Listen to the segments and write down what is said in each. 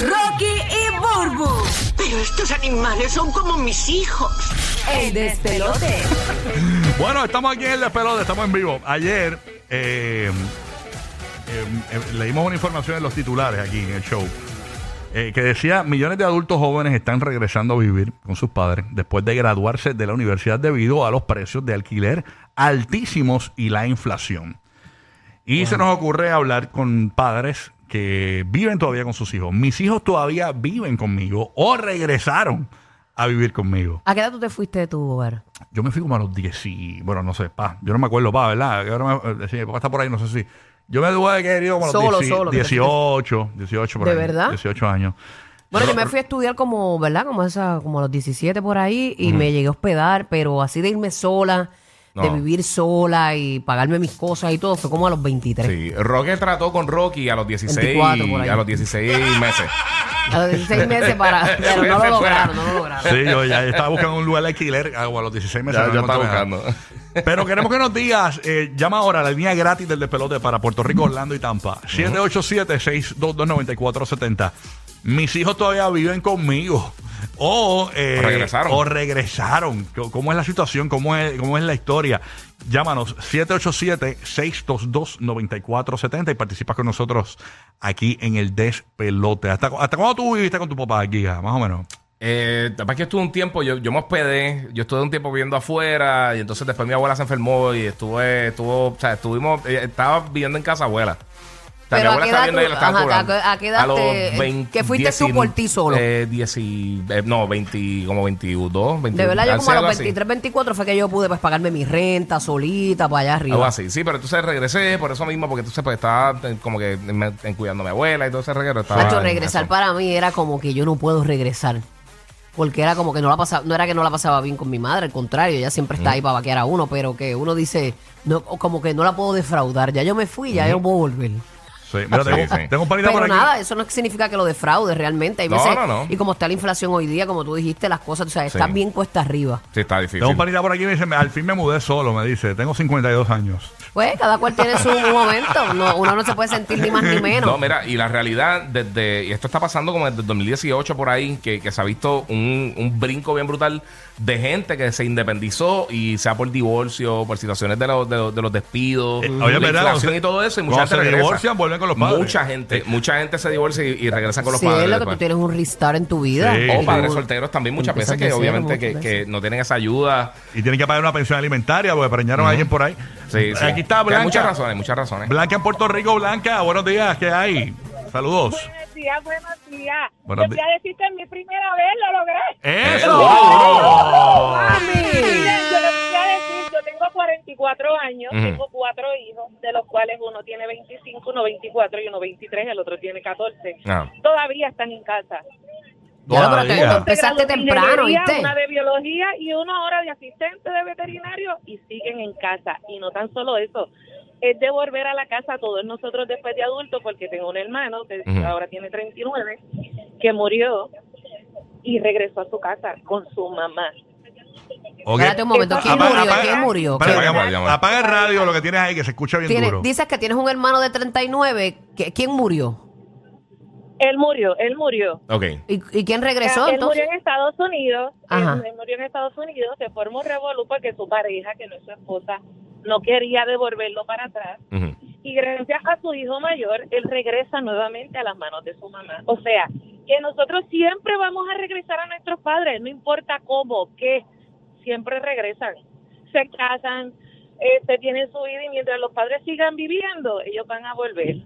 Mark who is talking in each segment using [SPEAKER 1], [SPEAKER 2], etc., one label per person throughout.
[SPEAKER 1] Rocky y Burbu.
[SPEAKER 2] Pero estos animales son como mis hijos.
[SPEAKER 1] El despelote.
[SPEAKER 3] Bueno, estamos aquí en el despelote, estamos en vivo. Ayer eh, eh, eh, leímos una información en los titulares aquí en el show eh, que decía millones de adultos jóvenes están regresando a vivir con sus padres después de graduarse de la universidad debido a los precios de alquiler altísimos y la inflación. Y se nos ocurre hablar con padres que viven todavía con sus hijos. Mis hijos todavía viven conmigo o regresaron a vivir conmigo.
[SPEAKER 4] ¿A qué edad tú te fuiste de tu hogar?
[SPEAKER 3] Yo me fui como a los 10 y, bueno, no sé, pa, yo no me acuerdo, pa, ¿verdad? Que ahora me- eh, sí, mi papá está por ahí, no sé si. Yo me tuve que haber ido como a los
[SPEAKER 4] Solo,
[SPEAKER 3] 10
[SPEAKER 4] solo, que te
[SPEAKER 3] 18, 18 por
[SPEAKER 4] ¿De
[SPEAKER 3] ahí,
[SPEAKER 4] verdad?
[SPEAKER 3] 18 años.
[SPEAKER 4] Bueno, yo
[SPEAKER 3] Solo-
[SPEAKER 4] me fui a estudiar como, ¿verdad? Como esa, como a los 17 por ahí y me llegué a hospedar, pero así de irme sola, de
[SPEAKER 5] No.
[SPEAKER 4] vivir sola y pagarme mis cosas y todo, fue como a los 23.
[SPEAKER 5] Sí, Roque trató con Rocky a los 16,
[SPEAKER 4] 24 Eh. por ahí.
[SPEAKER 5] a los 16 meses.
[SPEAKER 4] A los 16 meses para, pero no lo
[SPEAKER 5] Meses
[SPEAKER 4] lograron,
[SPEAKER 5] fuera.
[SPEAKER 4] no lo lograron.
[SPEAKER 3] Sí, yo ya estaba buscando un lugar de alquiler ah, o a los 16 meses.
[SPEAKER 5] Ya,
[SPEAKER 3] no
[SPEAKER 5] ya está
[SPEAKER 3] encontré nada.
[SPEAKER 5] buscando.
[SPEAKER 3] Pero queremos que nos digas, eh, llama ahora a la línea gratis del despelote para Puerto Rico, Orlando y Tampa. 787-622-9470. Mis hijos todavía viven conmigo. O, eh,
[SPEAKER 5] O regresaron.
[SPEAKER 3] o regresaron. C- ¿Cómo es la situación? ¿Cómo es, cómo es la historia? Llámanos 787-622-9470 y participas con nosotros aquí en el despelote. ¿Hasta, cu- hasta cuándo tú viviste con tu papá aquí, hija? más o menos?
[SPEAKER 5] Eh, capaz que estuve un tiempo, yo, yo me hospedé, yo estuve un tiempo viviendo afuera y entonces después mi abuela se enfermó y estuve, estuvo, o sea, estuvimos, eh, estaba viviendo en casa abuela. O sea,
[SPEAKER 4] Pero ¿a qué edad
[SPEAKER 5] viendo
[SPEAKER 4] tú-
[SPEAKER 5] y la estaba
[SPEAKER 4] ajá,
[SPEAKER 5] curando.
[SPEAKER 4] a qué- a qué edad
[SPEAKER 5] los
[SPEAKER 4] te- eh,
[SPEAKER 5] 20,
[SPEAKER 4] que fuiste tú
[SPEAKER 5] 19,
[SPEAKER 4] por ti solo?
[SPEAKER 5] Eh, 10 y- eh, no, 20, como 22, 21.
[SPEAKER 4] De verdad, yo como a los
[SPEAKER 5] algo así.
[SPEAKER 4] 23, 24 fue que yo pude pues, pagarme mi renta solita para allá arriba.
[SPEAKER 5] Algo así, sí, pero entonces regresé por eso mismo, porque entonces pues estaba eh, como que me- en cuidando a mi abuela y todo ese reguero. estaba
[SPEAKER 4] Nacho,
[SPEAKER 5] en
[SPEAKER 4] regresar
[SPEAKER 5] eso.
[SPEAKER 4] para mí era como que yo no puedo regresar. Porque era como que no la pasaba, no era que no la pasaba bien con mi madre, al contrario, ella siempre
[SPEAKER 5] Mm.
[SPEAKER 4] está ahí para vaquear a uno, pero que uno dice, no, o como que no la puedo defraudar, ya yo me fui, ya yo no
[SPEAKER 5] Mm.
[SPEAKER 4] puedo volver.
[SPEAKER 3] Sí, mira,
[SPEAKER 5] Sí,
[SPEAKER 3] tengo,
[SPEAKER 5] sí.
[SPEAKER 3] tengo un panita
[SPEAKER 4] Pero
[SPEAKER 3] por aquí.
[SPEAKER 4] nada, eso no significa que lo defraude realmente. Hay
[SPEAKER 5] No,
[SPEAKER 4] veces-
[SPEAKER 5] no, no.
[SPEAKER 4] Y como está la inflación hoy día, como tú dijiste, las cosas, o sea, están
[SPEAKER 5] Sí.
[SPEAKER 4] bien cuesta arriba.
[SPEAKER 5] Sí, está difícil.
[SPEAKER 3] Tengo un panita por aquí me dice, me- al fin me mudé solo, me dice, tengo 52 años.
[SPEAKER 4] Pues cada cual tiene su momento, no- uno no se puede sentir ni más ni menos.
[SPEAKER 5] No, mira, y la realidad, desde, y esto está pasando como desde el 2018 por ahí, que, que se ha visto un, un brinco bien brutal de gente que se independizó y sea por divorcio, por situaciones de los, de los, de los despidos,
[SPEAKER 3] Eh, oye,
[SPEAKER 5] la
[SPEAKER 3] ¿verdad?
[SPEAKER 5] inflación y todo eso, y mucha
[SPEAKER 3] Cuando
[SPEAKER 5] gente
[SPEAKER 3] se
[SPEAKER 5] regresa.
[SPEAKER 3] divorcian, vuelven con los padres.
[SPEAKER 5] Mucha gente, mucha gente se divorcia y, y regresa con los
[SPEAKER 4] sí,
[SPEAKER 5] padres.
[SPEAKER 4] es lo que
[SPEAKER 5] después.
[SPEAKER 4] tú tienes un restart en tu vida.
[SPEAKER 3] Sí.
[SPEAKER 5] O
[SPEAKER 3] Sí.
[SPEAKER 5] padres solteros también muchas
[SPEAKER 4] Empiezas
[SPEAKER 5] veces que
[SPEAKER 4] de cero
[SPEAKER 5] obviamente que,
[SPEAKER 4] muchas
[SPEAKER 5] que no tienen esa ayuda.
[SPEAKER 3] Y tienen que pagar una pensión alimentaria porque preñaron a alguien por ahí.
[SPEAKER 5] Sí, sí.
[SPEAKER 3] Aquí está
[SPEAKER 5] Que
[SPEAKER 3] Blanca.
[SPEAKER 5] Hay muchas razones, muchas razones.
[SPEAKER 3] Blanca en Puerto Rico, Blanca. Buenos días, ¿qué hay? Saludos.
[SPEAKER 6] Buenos días, buenos días.
[SPEAKER 3] Buenos
[SPEAKER 6] Yo
[SPEAKER 3] días.
[SPEAKER 6] ya deciste mi primera vez, lo logré.
[SPEAKER 5] Eh,
[SPEAKER 3] ¡Eso!
[SPEAKER 5] Oh.
[SPEAKER 6] Yo les voy a decir, yo tengo 44 años,
[SPEAKER 5] Ujú.
[SPEAKER 6] tengo cuatro hijos, de los cuales uno tiene 25, uno 24 y uno 23, el otro tiene 14.
[SPEAKER 5] Ah.
[SPEAKER 6] Todavía están en casa.
[SPEAKER 4] Ya lo, pero
[SPEAKER 3] Todavía.
[SPEAKER 4] tú
[SPEAKER 3] Uno
[SPEAKER 4] empezaste
[SPEAKER 6] Se graduó de
[SPEAKER 4] temprano,
[SPEAKER 6] ingeniería,
[SPEAKER 4] ¿viste?
[SPEAKER 6] Una de biología y una hora de asistente de veterinario y siguen en casa. Y no tan solo eso, es de volver a la casa a todos nosotros después de adultos, porque tengo un hermano que
[SPEAKER 5] Ujú.
[SPEAKER 6] ahora tiene 39, que murió y regresó a su casa con su mamá.
[SPEAKER 3] Ok.
[SPEAKER 4] Espérate un momento, ¿quién
[SPEAKER 3] Apaga-
[SPEAKER 4] murió?
[SPEAKER 3] apaga-
[SPEAKER 4] ¿Quién murió?
[SPEAKER 3] Espera,
[SPEAKER 5] ¿Quién?
[SPEAKER 3] apaga-
[SPEAKER 5] Llama, llama.
[SPEAKER 3] Apaga el radio, lo que tienes ahí, que se escucha bien
[SPEAKER 4] Tienes-
[SPEAKER 3] duro.
[SPEAKER 4] dices que tienes un hermano de 39. que- ¿Quién murió?
[SPEAKER 6] Él murió, él murió.
[SPEAKER 5] Ok.
[SPEAKER 4] ¿Y, y quién regresó
[SPEAKER 6] él
[SPEAKER 4] entonces?
[SPEAKER 6] murió en Estados Unidos,
[SPEAKER 4] Ajá.
[SPEAKER 6] él, él murió en Estados Unidos, se formó un revolú porque su pareja, que no es su esposa, no quería devolverlo para atrás.
[SPEAKER 5] Ujú.
[SPEAKER 6] y gracias a su hijo mayor, él regresa nuevamente a las manos de su mamá. O sea, que nosotros siempre vamos a regresar a nuestros padres, no importa cómo, qué, siempre regresan. Se casan, este, tienen su vida y mientras los padres sigan viviendo, ellos van a volver.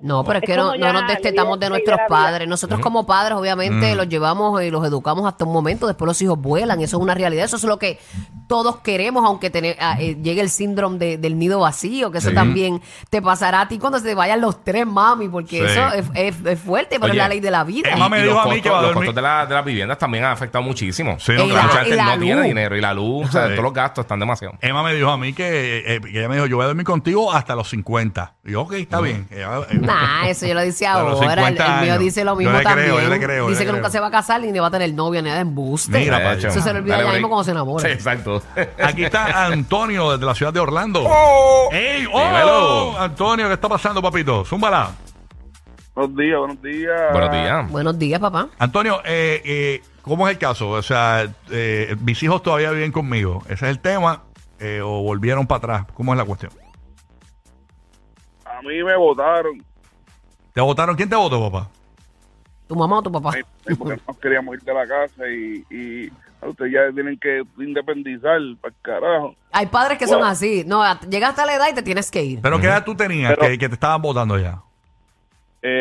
[SPEAKER 4] No, pero es
[SPEAKER 6] Es
[SPEAKER 4] que no,
[SPEAKER 6] como
[SPEAKER 4] no
[SPEAKER 6] ya
[SPEAKER 4] nos destetamos de
[SPEAKER 6] la
[SPEAKER 4] nuestros
[SPEAKER 6] vida.
[SPEAKER 4] padres. Nosotros como padres, obviamente,
[SPEAKER 3] Mm.
[SPEAKER 4] los llevamos y los educamos hasta un momento. Después los hijos vuelan. Eso es una realidad. Eso es lo que todos queremos, aunque tene- a- eh, llegue el síndrome de- del nido vacío, que eso
[SPEAKER 5] Sí.
[SPEAKER 4] también te pasará a ti cuando se vayan los tres, mami, porque
[SPEAKER 3] Sí.
[SPEAKER 4] eso es, es- es fuerte, pero
[SPEAKER 5] Oye,
[SPEAKER 4] es la ley de la vida.
[SPEAKER 3] es más- Eh, Mamá me
[SPEAKER 5] los
[SPEAKER 3] dijo a mí
[SPEAKER 5] costos,
[SPEAKER 3] que va a
[SPEAKER 5] los
[SPEAKER 3] dormir.
[SPEAKER 5] costos de, la- de las viviendas también han afectado muchísimo.
[SPEAKER 3] Sí, no,
[SPEAKER 4] Y
[SPEAKER 3] claro.
[SPEAKER 4] la-
[SPEAKER 5] Mucha gente
[SPEAKER 4] la
[SPEAKER 5] no tiene
[SPEAKER 4] luz.
[SPEAKER 5] dinero y la luz, o sea,
[SPEAKER 3] Sí.
[SPEAKER 5] todos los gastos están demasiado.
[SPEAKER 3] Emma me dijo a mí que, eh, que ella me dijo, yo voy a dormir contigo hasta los 50. Y yo, ok, está bien. Ella- eh,
[SPEAKER 4] Nah, eso yo lo decía
[SPEAKER 3] A los
[SPEAKER 4] ahora. El,
[SPEAKER 3] 50
[SPEAKER 4] el mío
[SPEAKER 3] años.
[SPEAKER 4] dice lo
[SPEAKER 3] Yo
[SPEAKER 4] mismo
[SPEAKER 3] le creo,
[SPEAKER 4] también.
[SPEAKER 3] yo le creo, yo
[SPEAKER 4] dice
[SPEAKER 3] le
[SPEAKER 4] que nunca
[SPEAKER 3] creo.
[SPEAKER 4] se va a casar ni ni va a tener novia ni nada de embuste.
[SPEAKER 3] Mira, pa' allá.
[SPEAKER 4] Eso se le olvida
[SPEAKER 5] Eh, Dale
[SPEAKER 4] ya
[SPEAKER 5] break.
[SPEAKER 4] mismo cuando se enamora.
[SPEAKER 5] Sí, exacto.
[SPEAKER 3] Aquí está Antonio desde la ciudad de Orlando. ¡Ey! ¡Oh!
[SPEAKER 5] Dímelo.
[SPEAKER 3] Antonio, ¿qué está pasando, papito? Zúmbala.
[SPEAKER 7] Buenos días, buenos días.
[SPEAKER 5] Buenos días.
[SPEAKER 4] Buenos días, papá.
[SPEAKER 3] Antonio, eh, eh, ¿cómo es el caso? O sea, eh, mis hijos todavía viven conmigo. ¿Ese es el tema? Eh, ¿O volvieron para atrás? ¿Cómo es la cuestión?
[SPEAKER 7] A mí me votaron.
[SPEAKER 3] ¿Te votaron? ¿Quién te votó, papá?
[SPEAKER 4] ¿Tu mamá o tu papá?
[SPEAKER 7] Ay, ay, eh, Porque no queríamos ir de la casa y, y ah, ustedes ya tienen que independizar, para carajo.
[SPEAKER 4] Hay padres que son así. No, a- llegas a la edad y te tienes que ir.
[SPEAKER 3] ¿Pero qué edad tú tenías
[SPEAKER 7] Pero-
[SPEAKER 3] que, que te estaban votando ya?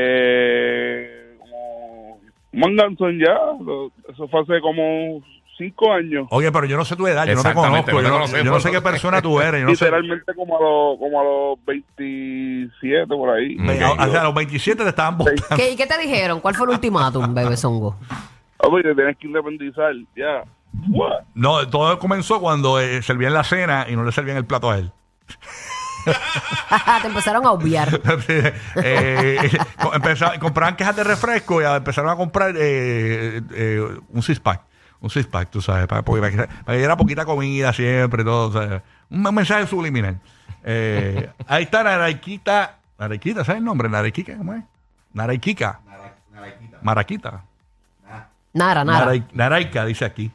[SPEAKER 7] Eh, como Manganson ya, lo- eso fue hace como cinco años.
[SPEAKER 3] Oye, pero yo no sé tu edad, yo no te conozco.
[SPEAKER 5] Exactamente, no te
[SPEAKER 3] yo, no,
[SPEAKER 5] conocemos.
[SPEAKER 3] yo no sé qué persona tú eres. Yo no sé.
[SPEAKER 7] Literalmente como a los como a los 27 por ahí.
[SPEAKER 5] Mm.
[SPEAKER 3] Ve,
[SPEAKER 5] Ok.
[SPEAKER 3] a- O sea, a los 27 te estaban votando.
[SPEAKER 4] ¿Qué, ¿Y qué te dijeron? ¿Cuál fue el ultimátum, bebé Songo?
[SPEAKER 7] Ah, pues, te tienes que independizar, ya. What?
[SPEAKER 3] No, todo comenzó cuando eh, servían la cena y no le servían el plato a él.
[SPEAKER 4] Ah, te empezaron a obviar.
[SPEAKER 3] Eh, co- empezaba- compraban quejas de refresco y a- empezaron a comprar eh, eh, un six pack. Un six pack, tú sabes, para, porque- para que, para que diera poquita comida siempre, todo. o sea, un me- mensaje subliminal. Eh, ahí está Naraiquita. Naraiquita, ¿sabes el nombre? Naraiquica, ¿cómo es? Naraiquica. Maraquita.
[SPEAKER 4] Nara, nara.
[SPEAKER 3] Narai- Naraica, dice aquí.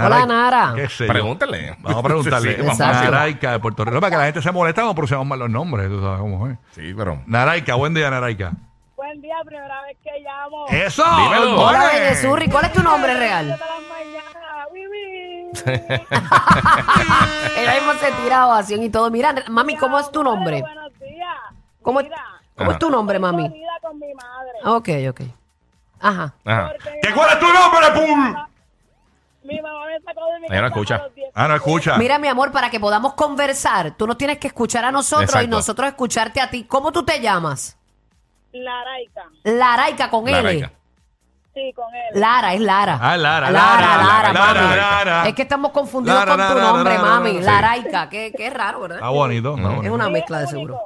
[SPEAKER 4] Hola, Nara.
[SPEAKER 3] ¿Qué sé yo.
[SPEAKER 5] Pregúntale.
[SPEAKER 3] Vamos a preguntarle.
[SPEAKER 5] Sí,
[SPEAKER 3] vamos
[SPEAKER 5] vamos
[SPEAKER 3] a
[SPEAKER 5] a
[SPEAKER 4] Exacto.
[SPEAKER 3] Naraica de Puerto Rico. No, Para que la gente se molesta cuando pronunciamos mal los nombres. Tú sabes cómo es.
[SPEAKER 5] Sí, pero.
[SPEAKER 3] Naraica, buen día, Naraica.
[SPEAKER 6] Buen día, primera vez que llamo.
[SPEAKER 3] ¡Eso!
[SPEAKER 5] Dímelo.
[SPEAKER 3] good morning.
[SPEAKER 4] Hola, bebé Surri. ¿Cuál es tu nombre real?
[SPEAKER 6] De las mañanas. uy, uy.
[SPEAKER 4] El mismo se tira ovación y todo. Mira, mami, ¿cómo es tu nombre?
[SPEAKER 6] Buenos días.
[SPEAKER 4] ¿Cómo, es-
[SPEAKER 6] Mira,
[SPEAKER 4] cómo es tu nombre,
[SPEAKER 6] estoy
[SPEAKER 4] mami?
[SPEAKER 6] jodida con mi madre.
[SPEAKER 4] Ok, ok. Ajá.
[SPEAKER 5] Ajá.
[SPEAKER 3] ¿Qué cuál es tu nombre, Pul?
[SPEAKER 6] Mi mamá me sacó de mi
[SPEAKER 5] Ella no
[SPEAKER 6] casa
[SPEAKER 5] escucha.
[SPEAKER 6] a los 10.
[SPEAKER 3] Ah, no, escucha.
[SPEAKER 4] Mira, mi amor, para que podamos conversar, tú nos tienes que escuchar a nosotros y
[SPEAKER 5] Exacto.
[SPEAKER 4] nosotros escucharte a ti. ¿Cómo tú te llamas?
[SPEAKER 6] Laraica.
[SPEAKER 4] Laraica con
[SPEAKER 5] La
[SPEAKER 4] L.
[SPEAKER 5] raica.
[SPEAKER 6] Sí, con él.
[SPEAKER 4] Lara, es Lara.
[SPEAKER 3] Ah, Lara,
[SPEAKER 4] Lara,
[SPEAKER 3] Lara,
[SPEAKER 4] Lara,
[SPEAKER 3] Lara,
[SPEAKER 4] mami.
[SPEAKER 3] Lara.
[SPEAKER 4] Es que estamos confundidos
[SPEAKER 3] Ah. Lara,
[SPEAKER 4] con tu
[SPEAKER 3] Lara,
[SPEAKER 4] nombre,
[SPEAKER 3] Lara,
[SPEAKER 4] mami.
[SPEAKER 3] Lara, sí. Ah,
[SPEAKER 4] Laraica, qué, qué raro, ¿verdad?
[SPEAKER 3] Está bonito. está
[SPEAKER 5] Mm.
[SPEAKER 3] bonito.
[SPEAKER 4] Es una
[SPEAKER 6] Sí,
[SPEAKER 4] mezcla de
[SPEAKER 6] único.
[SPEAKER 4] seguro.
[SPEAKER 6] Si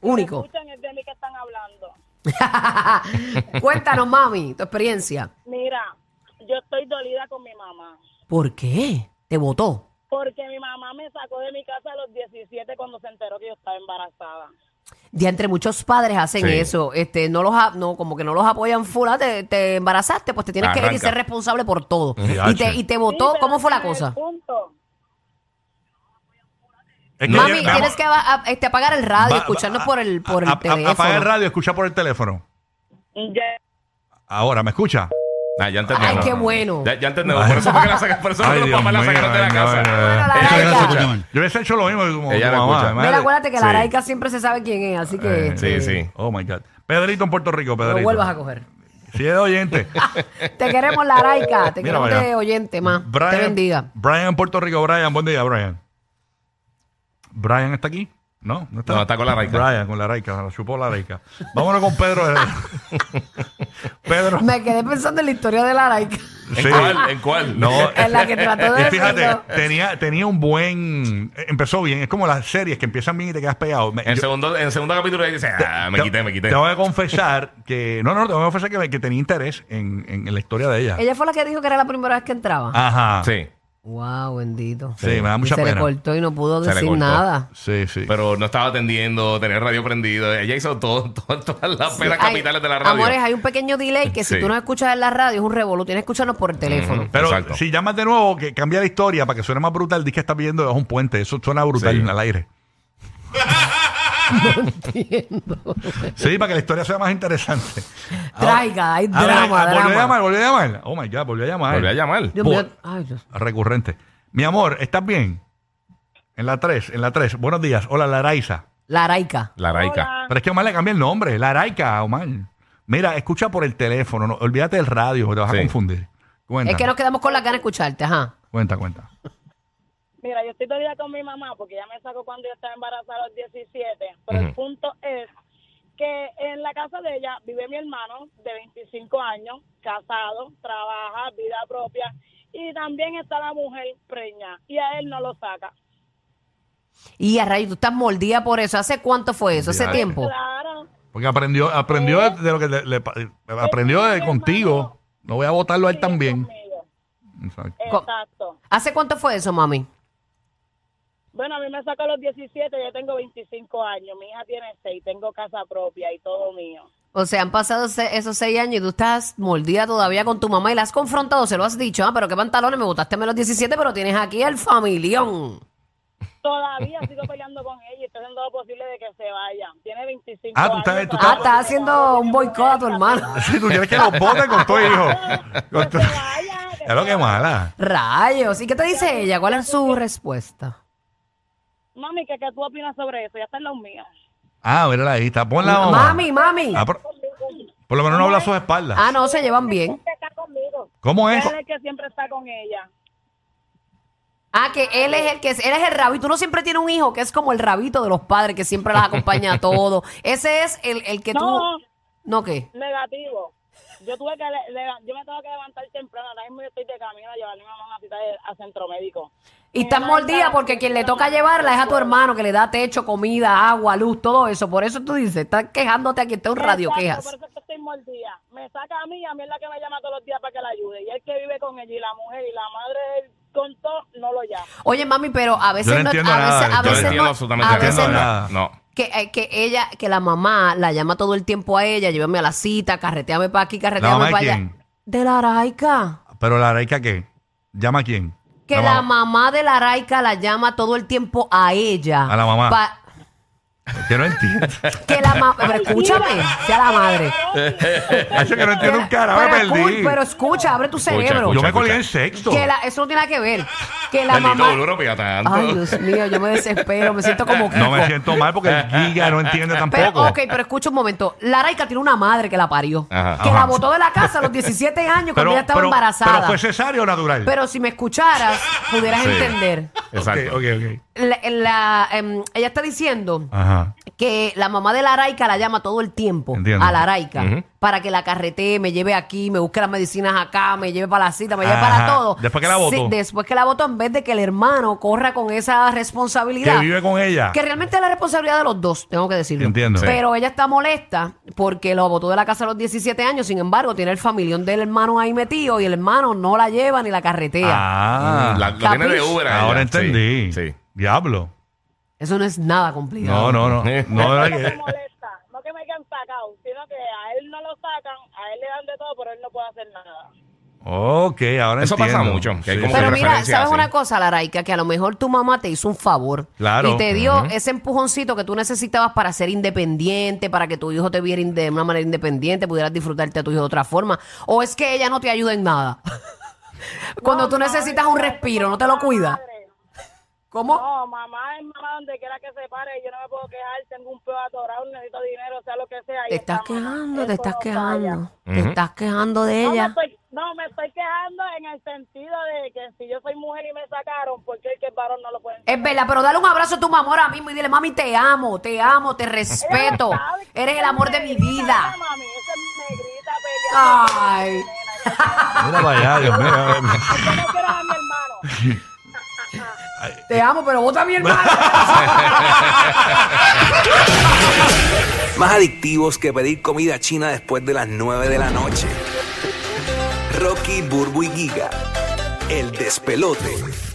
[SPEAKER 4] Único.
[SPEAKER 6] Escuchan, es de mí que están hablando.
[SPEAKER 4] Cuéntanos, mami, tu experiencia.
[SPEAKER 6] Mira, yo estoy dolida con mi mamá.
[SPEAKER 4] ¿Por qué? ¿Te votó?
[SPEAKER 6] Porque mi mamá me sacó de mi casa a los 17 cuando se enteró que yo estaba embarazada.
[SPEAKER 4] Ya entre muchos padres hacen
[SPEAKER 5] Sí.
[SPEAKER 4] eso, este, no los, a- no, como que no los apoyan full, ah, te, te embarazaste, pues te tienes que ir y
[SPEAKER 5] Arranca.
[SPEAKER 4] ser responsable por todo.
[SPEAKER 3] Sí,
[SPEAKER 4] Y te,
[SPEAKER 3] H.
[SPEAKER 4] y te votó,
[SPEAKER 6] Sí, pero
[SPEAKER 4] ¿cómo fue la
[SPEAKER 6] ese es el
[SPEAKER 4] cosa?
[SPEAKER 6] punto.
[SPEAKER 3] Es que
[SPEAKER 4] Mami,
[SPEAKER 3] ella-
[SPEAKER 4] tienes que a- a- este, apagar el radio,
[SPEAKER 3] va-
[SPEAKER 4] escucharnos
[SPEAKER 3] va-
[SPEAKER 4] por el, por el
[SPEAKER 3] a- a-
[SPEAKER 4] teléfono.
[SPEAKER 3] Apaga el radio, escucha por el teléfono.
[SPEAKER 6] Ya-
[SPEAKER 3] Ahora, ¿me escucha?
[SPEAKER 5] Ah, ya entendemos.
[SPEAKER 4] Ay, qué bueno.
[SPEAKER 5] Ya, ya entendemos. Por eso fue que la saca- por eso fue que los papás la sacaron de la casa.
[SPEAKER 4] Bueno,
[SPEAKER 5] Ella-
[SPEAKER 4] Laraica.
[SPEAKER 3] Yo hubiese hecho lo mismo que tu, tu
[SPEAKER 5] Ella la
[SPEAKER 3] mamá.
[SPEAKER 5] escucha.
[SPEAKER 3] madre.
[SPEAKER 4] Mira, acuérdate que
[SPEAKER 5] Sí.
[SPEAKER 4] la laica siempre se sabe quién es, así que
[SPEAKER 3] Eh,
[SPEAKER 5] Sí,
[SPEAKER 4] este,
[SPEAKER 5] sí.
[SPEAKER 3] Oh my God. Pedrito en Puerto Rico, Pedrito.
[SPEAKER 4] no vuelvas a coger.
[SPEAKER 3] Si es de oyente.
[SPEAKER 4] Te queremos, Laraica. Te
[SPEAKER 3] Mira
[SPEAKER 4] queremos
[SPEAKER 3] para allá.
[SPEAKER 4] de oyente, más.
[SPEAKER 3] Brian,
[SPEAKER 4] Te bendiga.
[SPEAKER 3] Brian en Puerto Rico, Brian, buen día, Brian. Brian está aquí. No, no está.
[SPEAKER 5] No, está con la raica.
[SPEAKER 3] Brian con la raica, se la chupó la raica. Vámonos con Pedro. Pedro.
[SPEAKER 4] Me quedé pensando en la historia de Laraica,
[SPEAKER 5] ¿En
[SPEAKER 3] Sí.
[SPEAKER 5] cuál? ¿En cuál?
[SPEAKER 3] No,
[SPEAKER 4] en la que trató de
[SPEAKER 3] Oh, y Eh, fíjate,
[SPEAKER 4] decirlo.
[SPEAKER 3] tenía, tenía un buen. eh, Empezó bien. Es como las series que empiezan bien y te quedas pegado. Me-
[SPEAKER 5] En el
[SPEAKER 3] yo-
[SPEAKER 5] segundo, en el segundo capítulo ella dice, ah, me
[SPEAKER 3] te-
[SPEAKER 5] quité, me quité.
[SPEAKER 3] Tengo que confesar que. No, no, tengo que confesar que, me- que tenía interés en, en la historia de ella.
[SPEAKER 4] Ella fue la que dijo que era la primera vez que entraba.
[SPEAKER 3] Ajá. Sí.
[SPEAKER 5] Sí,
[SPEAKER 4] Wow, bendito.
[SPEAKER 3] Ah. Sí, me da
[SPEAKER 4] Y
[SPEAKER 3] mucha
[SPEAKER 4] se
[SPEAKER 3] pena.
[SPEAKER 4] le cortó y no pudo
[SPEAKER 5] Se le
[SPEAKER 4] decir
[SPEAKER 5] cortó.
[SPEAKER 4] nada.
[SPEAKER 3] Sí, sí.
[SPEAKER 5] pero no estaba atendiendo, tenía el radio prendido. Ella hizo todo, todo- todas las penas
[SPEAKER 4] Ay,
[SPEAKER 5] capitales de la radio.
[SPEAKER 4] Amores, hay un pequeño delay que si
[SPEAKER 5] Sí.
[SPEAKER 4] tú no escuchas en la radio es un revolú. Tienes que escucharnos por el teléfono.
[SPEAKER 5] Ujú.
[SPEAKER 3] Pero
[SPEAKER 5] Exacto.
[SPEAKER 3] si llamas de nuevo, que cambia la historia para que suene más brutal, di que estás viendo debajo un puente. Eso suena brutal
[SPEAKER 5] Sí.
[SPEAKER 3] en el aire. Sí, para que la historia sea más interesante.
[SPEAKER 4] Traiga, hay
[SPEAKER 3] Ahora,
[SPEAKER 4] drama,
[SPEAKER 3] ah, Volvió a
[SPEAKER 4] drama.
[SPEAKER 3] llamar, volvió a llamar. Oh my God, volvió a llamar.
[SPEAKER 5] Volvió a llamar. Uh,
[SPEAKER 4] Dios
[SPEAKER 3] Por-
[SPEAKER 4] mío. Ay, Dios.
[SPEAKER 3] Recurrente. Mi amor, ¿estás bien? En la 3, en la 3. Buenos días. Hola, Laraiza.
[SPEAKER 4] Laraica.
[SPEAKER 5] La raica.
[SPEAKER 6] Hola.
[SPEAKER 3] Pero es que Omar le cambia el nombre. Laraica, Omar. Mira, escucha por el teléfono. no- olvídate del radio, te vas
[SPEAKER 5] Sí.
[SPEAKER 3] a confundir. Cuenta,
[SPEAKER 4] Es que nos quedamos con la gana de escucharte, ajá.
[SPEAKER 3] cuenta, cuenta.
[SPEAKER 6] Mira, yo estoy todavía con mi mamá porque ella me sacó cuando yo estaba embarazada a los 17. Pero
[SPEAKER 5] Ujú.
[SPEAKER 6] el punto es que en la casa de ella vive mi hermano de 25 años, casado, trabaja, vida propia. Y también está la mujer preña y a él no lo saca.
[SPEAKER 4] Y a rayo, tú estás mordida por eso. ¿Hace cuánto fue eso? ¿Hace
[SPEAKER 5] Ya,
[SPEAKER 4] tiempo?
[SPEAKER 6] Claro.
[SPEAKER 3] Porque aprendió, aprendió
[SPEAKER 4] Eh.
[SPEAKER 3] de, de lo que le, le pa- eh, aprendió de
[SPEAKER 6] mi
[SPEAKER 3] contigo.
[SPEAKER 6] hermano.
[SPEAKER 3] No voy a votarlo a él
[SPEAKER 6] vive
[SPEAKER 3] también.
[SPEAKER 6] conmigo.
[SPEAKER 3] Exacto.
[SPEAKER 4] Co-
[SPEAKER 6] Exacto.
[SPEAKER 4] ¿Hace cuánto fue eso, mami?
[SPEAKER 6] Bueno, a mí me sacó a los 17, yo tengo 25 años, mi hija tiene 6, tengo casa propia y todo mío.
[SPEAKER 4] O sea, han pasado se- esos seis años y tú estás mordida todavía con tu mamá y la has confrontado, se lo has dicho. Ah, pero qué pantalones, me botaste menos 17, pero tienes aquí al familión.
[SPEAKER 6] Todavía sigo peleando con ella y estoy haciendo lo posible de que se vaya. Tiene 25
[SPEAKER 3] Ah, tú
[SPEAKER 6] años.
[SPEAKER 3] estás- tú
[SPEAKER 6] todavía
[SPEAKER 4] Ah,
[SPEAKER 3] estás-
[SPEAKER 4] estás haciendo un boicot a tu hermano.
[SPEAKER 3] Si tú quieres que los boten con tu hijo. Con tu-
[SPEAKER 6] Que se vaya, que
[SPEAKER 3] Es lo que
[SPEAKER 6] se vaya.
[SPEAKER 3] mala.
[SPEAKER 4] Rayos. ¿Y qué te dice ella? ¿Cuál es su respuesta?
[SPEAKER 6] Mami, ¿qué, ¿qué tú opinas sobre eso? Ya están los míos.
[SPEAKER 3] Ah, mira ahí está. Pon la mamá.
[SPEAKER 4] Mami, mami.
[SPEAKER 3] Ah, por, por lo menos no habla a sus espaldas.
[SPEAKER 4] Ah, no, se llevan bien.
[SPEAKER 6] Que está conmigo.
[SPEAKER 3] ¿Cómo
[SPEAKER 6] Él
[SPEAKER 3] es?
[SPEAKER 6] es el que siempre está con ella.
[SPEAKER 4] Ah, que él es el que es- él es el rabito. Uno siempre tiene un hijo que es como el rabito de los padres que siempre las acompaña a todo. Ese es el, el que
[SPEAKER 6] No.
[SPEAKER 4] tú. No, ¿qué?
[SPEAKER 6] Negativo. Yo tuve que le- le- yo me tengo que levantar temprano. Ahora mismo yo estoy de camino a llevarle a mi mamá a una cita de- a centro médico.
[SPEAKER 4] Y estás mordida porque quien le toca llevarla es a tu hermano que le da techo, comida, agua, luz, todo eso. Por eso tú dices, estás quejándote aquí, está un radio
[SPEAKER 6] Exacto,
[SPEAKER 4] quejas.
[SPEAKER 6] Por eso es que estoy mordida. Me saca a mí, a mí es la que me llama todos los días para que la ayude. Y el que vive con ella y la mujer y la madre del contó, no lo llama.
[SPEAKER 4] Oye, mami, pero a veces
[SPEAKER 3] Yo no
[SPEAKER 4] no,
[SPEAKER 3] entiendo
[SPEAKER 4] a
[SPEAKER 3] nada
[SPEAKER 4] veces,
[SPEAKER 3] de
[SPEAKER 4] a
[SPEAKER 3] esto.
[SPEAKER 5] Yo no
[SPEAKER 4] veces
[SPEAKER 5] entiendo
[SPEAKER 4] no-
[SPEAKER 5] absolutamente
[SPEAKER 4] a
[SPEAKER 3] no-
[SPEAKER 4] veces
[SPEAKER 5] nada. No.
[SPEAKER 4] Que, eh, que ella, que la mamá la llama todo el tiempo a ella, llévame a la cita, carreteame para aquí,
[SPEAKER 3] ¿La mamá
[SPEAKER 4] carreteame
[SPEAKER 3] de
[SPEAKER 4] para allá.
[SPEAKER 3] quién?
[SPEAKER 4] De la araica.
[SPEAKER 3] Pero la Reika, ¿qué? ¿Llama a quién?
[SPEAKER 4] Que la, mamá de la araica la llama todo el tiempo a ella.
[SPEAKER 3] A la mamá.
[SPEAKER 4] Pa-
[SPEAKER 3] Que no entiendo.
[SPEAKER 4] que la mamá, pero escúchame, sea la madre.
[SPEAKER 3] Eso que no entiendo un cara, me
[SPEAKER 4] pero, escu-
[SPEAKER 3] perdí.
[SPEAKER 4] pero escucha, abre tu cerebro.
[SPEAKER 3] Yo
[SPEAKER 5] Escucha,
[SPEAKER 3] me colgué en
[SPEAKER 5] escucha.
[SPEAKER 3] sexto.
[SPEAKER 4] Que la- eso no tiene nada que ver. Que la
[SPEAKER 5] Bendito
[SPEAKER 4] mamá.
[SPEAKER 5] duro, pilla tanto.
[SPEAKER 4] Ay, Dios mío, yo me desespero, me siento como
[SPEAKER 3] No me
[SPEAKER 4] Kiko.
[SPEAKER 3] siento mal porque el Giga no entiende
[SPEAKER 4] Pero,
[SPEAKER 3] tampoco.
[SPEAKER 4] ok, pero escucha un momento. La Araica tiene una madre que la parió.
[SPEAKER 5] Ajá.
[SPEAKER 4] que
[SPEAKER 3] Ajá.
[SPEAKER 4] la botó de la casa a los 17 años cuando ella estaba
[SPEAKER 3] pero-
[SPEAKER 4] embarazada.
[SPEAKER 3] Pero fue cesárea o natural.
[SPEAKER 4] Pero si me escucharas, pudieras
[SPEAKER 5] Sí.
[SPEAKER 4] entender.
[SPEAKER 5] Exacto.
[SPEAKER 3] Ok, ok, ok.
[SPEAKER 4] La- la, em, ella está diciendo
[SPEAKER 3] Ajá.
[SPEAKER 4] que la mamá de la Araica la llama todo el tiempo
[SPEAKER 3] Entiendo.
[SPEAKER 4] a la Araica
[SPEAKER 5] Ujú.
[SPEAKER 4] para que la carretee, me lleve aquí, me busque las medicinas acá, me lleve para la cita, me lleve
[SPEAKER 3] Ajá.
[SPEAKER 4] para todo.
[SPEAKER 3] Después que la votó.
[SPEAKER 4] Sí, después que la votó, en vez de que el hermano corra con esa responsabilidad.
[SPEAKER 3] Que vive con ella.
[SPEAKER 4] Que realmente es la responsabilidad de los dos, tengo que decirlo.
[SPEAKER 3] Entiendo. Sí.
[SPEAKER 4] Pero ella está molesta porque lo botó de la casa a los 17 años, sin embargo, tiene el familión del hermano ahí metido y el hermano no la lleva ni la carretea.
[SPEAKER 3] Ah,
[SPEAKER 5] Mm, la- lo tiene de
[SPEAKER 4] Capiche.
[SPEAKER 5] Uber. a
[SPEAKER 3] ahora
[SPEAKER 5] ella. Sí,
[SPEAKER 3] entendí.
[SPEAKER 5] Sí.
[SPEAKER 3] Diablo.
[SPEAKER 4] Eso no es nada
[SPEAKER 3] No,
[SPEAKER 4] complicado.
[SPEAKER 3] no, no. No,
[SPEAKER 6] No
[SPEAKER 3] ¿verdad
[SPEAKER 6] que me
[SPEAKER 3] que-
[SPEAKER 6] molesta, no que me hayan sacado, sino que a él no lo sacan, a él le dan de todo, pero él no puede hacer nada.
[SPEAKER 3] Ok, ahora
[SPEAKER 5] Eso
[SPEAKER 3] entiendo.
[SPEAKER 5] pasa mucho, que hay como
[SPEAKER 4] Pero mira,
[SPEAKER 5] que preferencia
[SPEAKER 4] ¿sabes
[SPEAKER 5] así.
[SPEAKER 4] una cosa, Laraica? Que a lo mejor tu mamá te hizo un favor.
[SPEAKER 3] Claro.
[SPEAKER 4] Y te dio
[SPEAKER 5] Ujú.
[SPEAKER 4] ese empujoncito que tú necesitabas para ser independiente, para que tu hijo te viera inde- de una manera independiente, pudieras disfrutarte a tu hijo de otra forma. O es que ella no te ayuda en nada. Cuando tú necesitas un respiro, ¿no te lo cuida?
[SPEAKER 6] Madre,
[SPEAKER 4] ¿Cómo?
[SPEAKER 6] No, mamá es mamá donde quiera que se pare, yo no me puedo quejar, tengo un peo atorado, necesito dinero, sea lo que sea. y
[SPEAKER 4] Te estás
[SPEAKER 6] está mamá.
[SPEAKER 4] quejando, te
[SPEAKER 6] Eso
[SPEAKER 4] estás
[SPEAKER 6] no
[SPEAKER 4] quejando.
[SPEAKER 6] falla.
[SPEAKER 4] Te
[SPEAKER 5] Ujú.
[SPEAKER 4] estás quejando de
[SPEAKER 6] No me,
[SPEAKER 4] ella.
[SPEAKER 6] estoy, no, me estoy quejando en el sentido de que si yo soy mujer y me sacaron, porque el que es varón no lo pueden sacar?
[SPEAKER 4] Es verdad, pero dale un abrazo a tu mamá ahora mismo y dile, mami, te amo, te amo, te respeto.
[SPEAKER 6] Ella sabe que
[SPEAKER 4] Oh, Eres el
[SPEAKER 6] esa
[SPEAKER 4] amor de mi
[SPEAKER 6] negrita,
[SPEAKER 4] vida.
[SPEAKER 6] esa mami, esa negrita peleando.
[SPEAKER 4] Ay.
[SPEAKER 3] Mira para allá, Dios mío.
[SPEAKER 6] Yo no quiero a mi hermano.
[SPEAKER 4] Te amo, pero vota a mi hermano.
[SPEAKER 8] Más adictivos que pedir comida china después de las 9 de la noche. Rocky, Burbu y Giga. El despelote.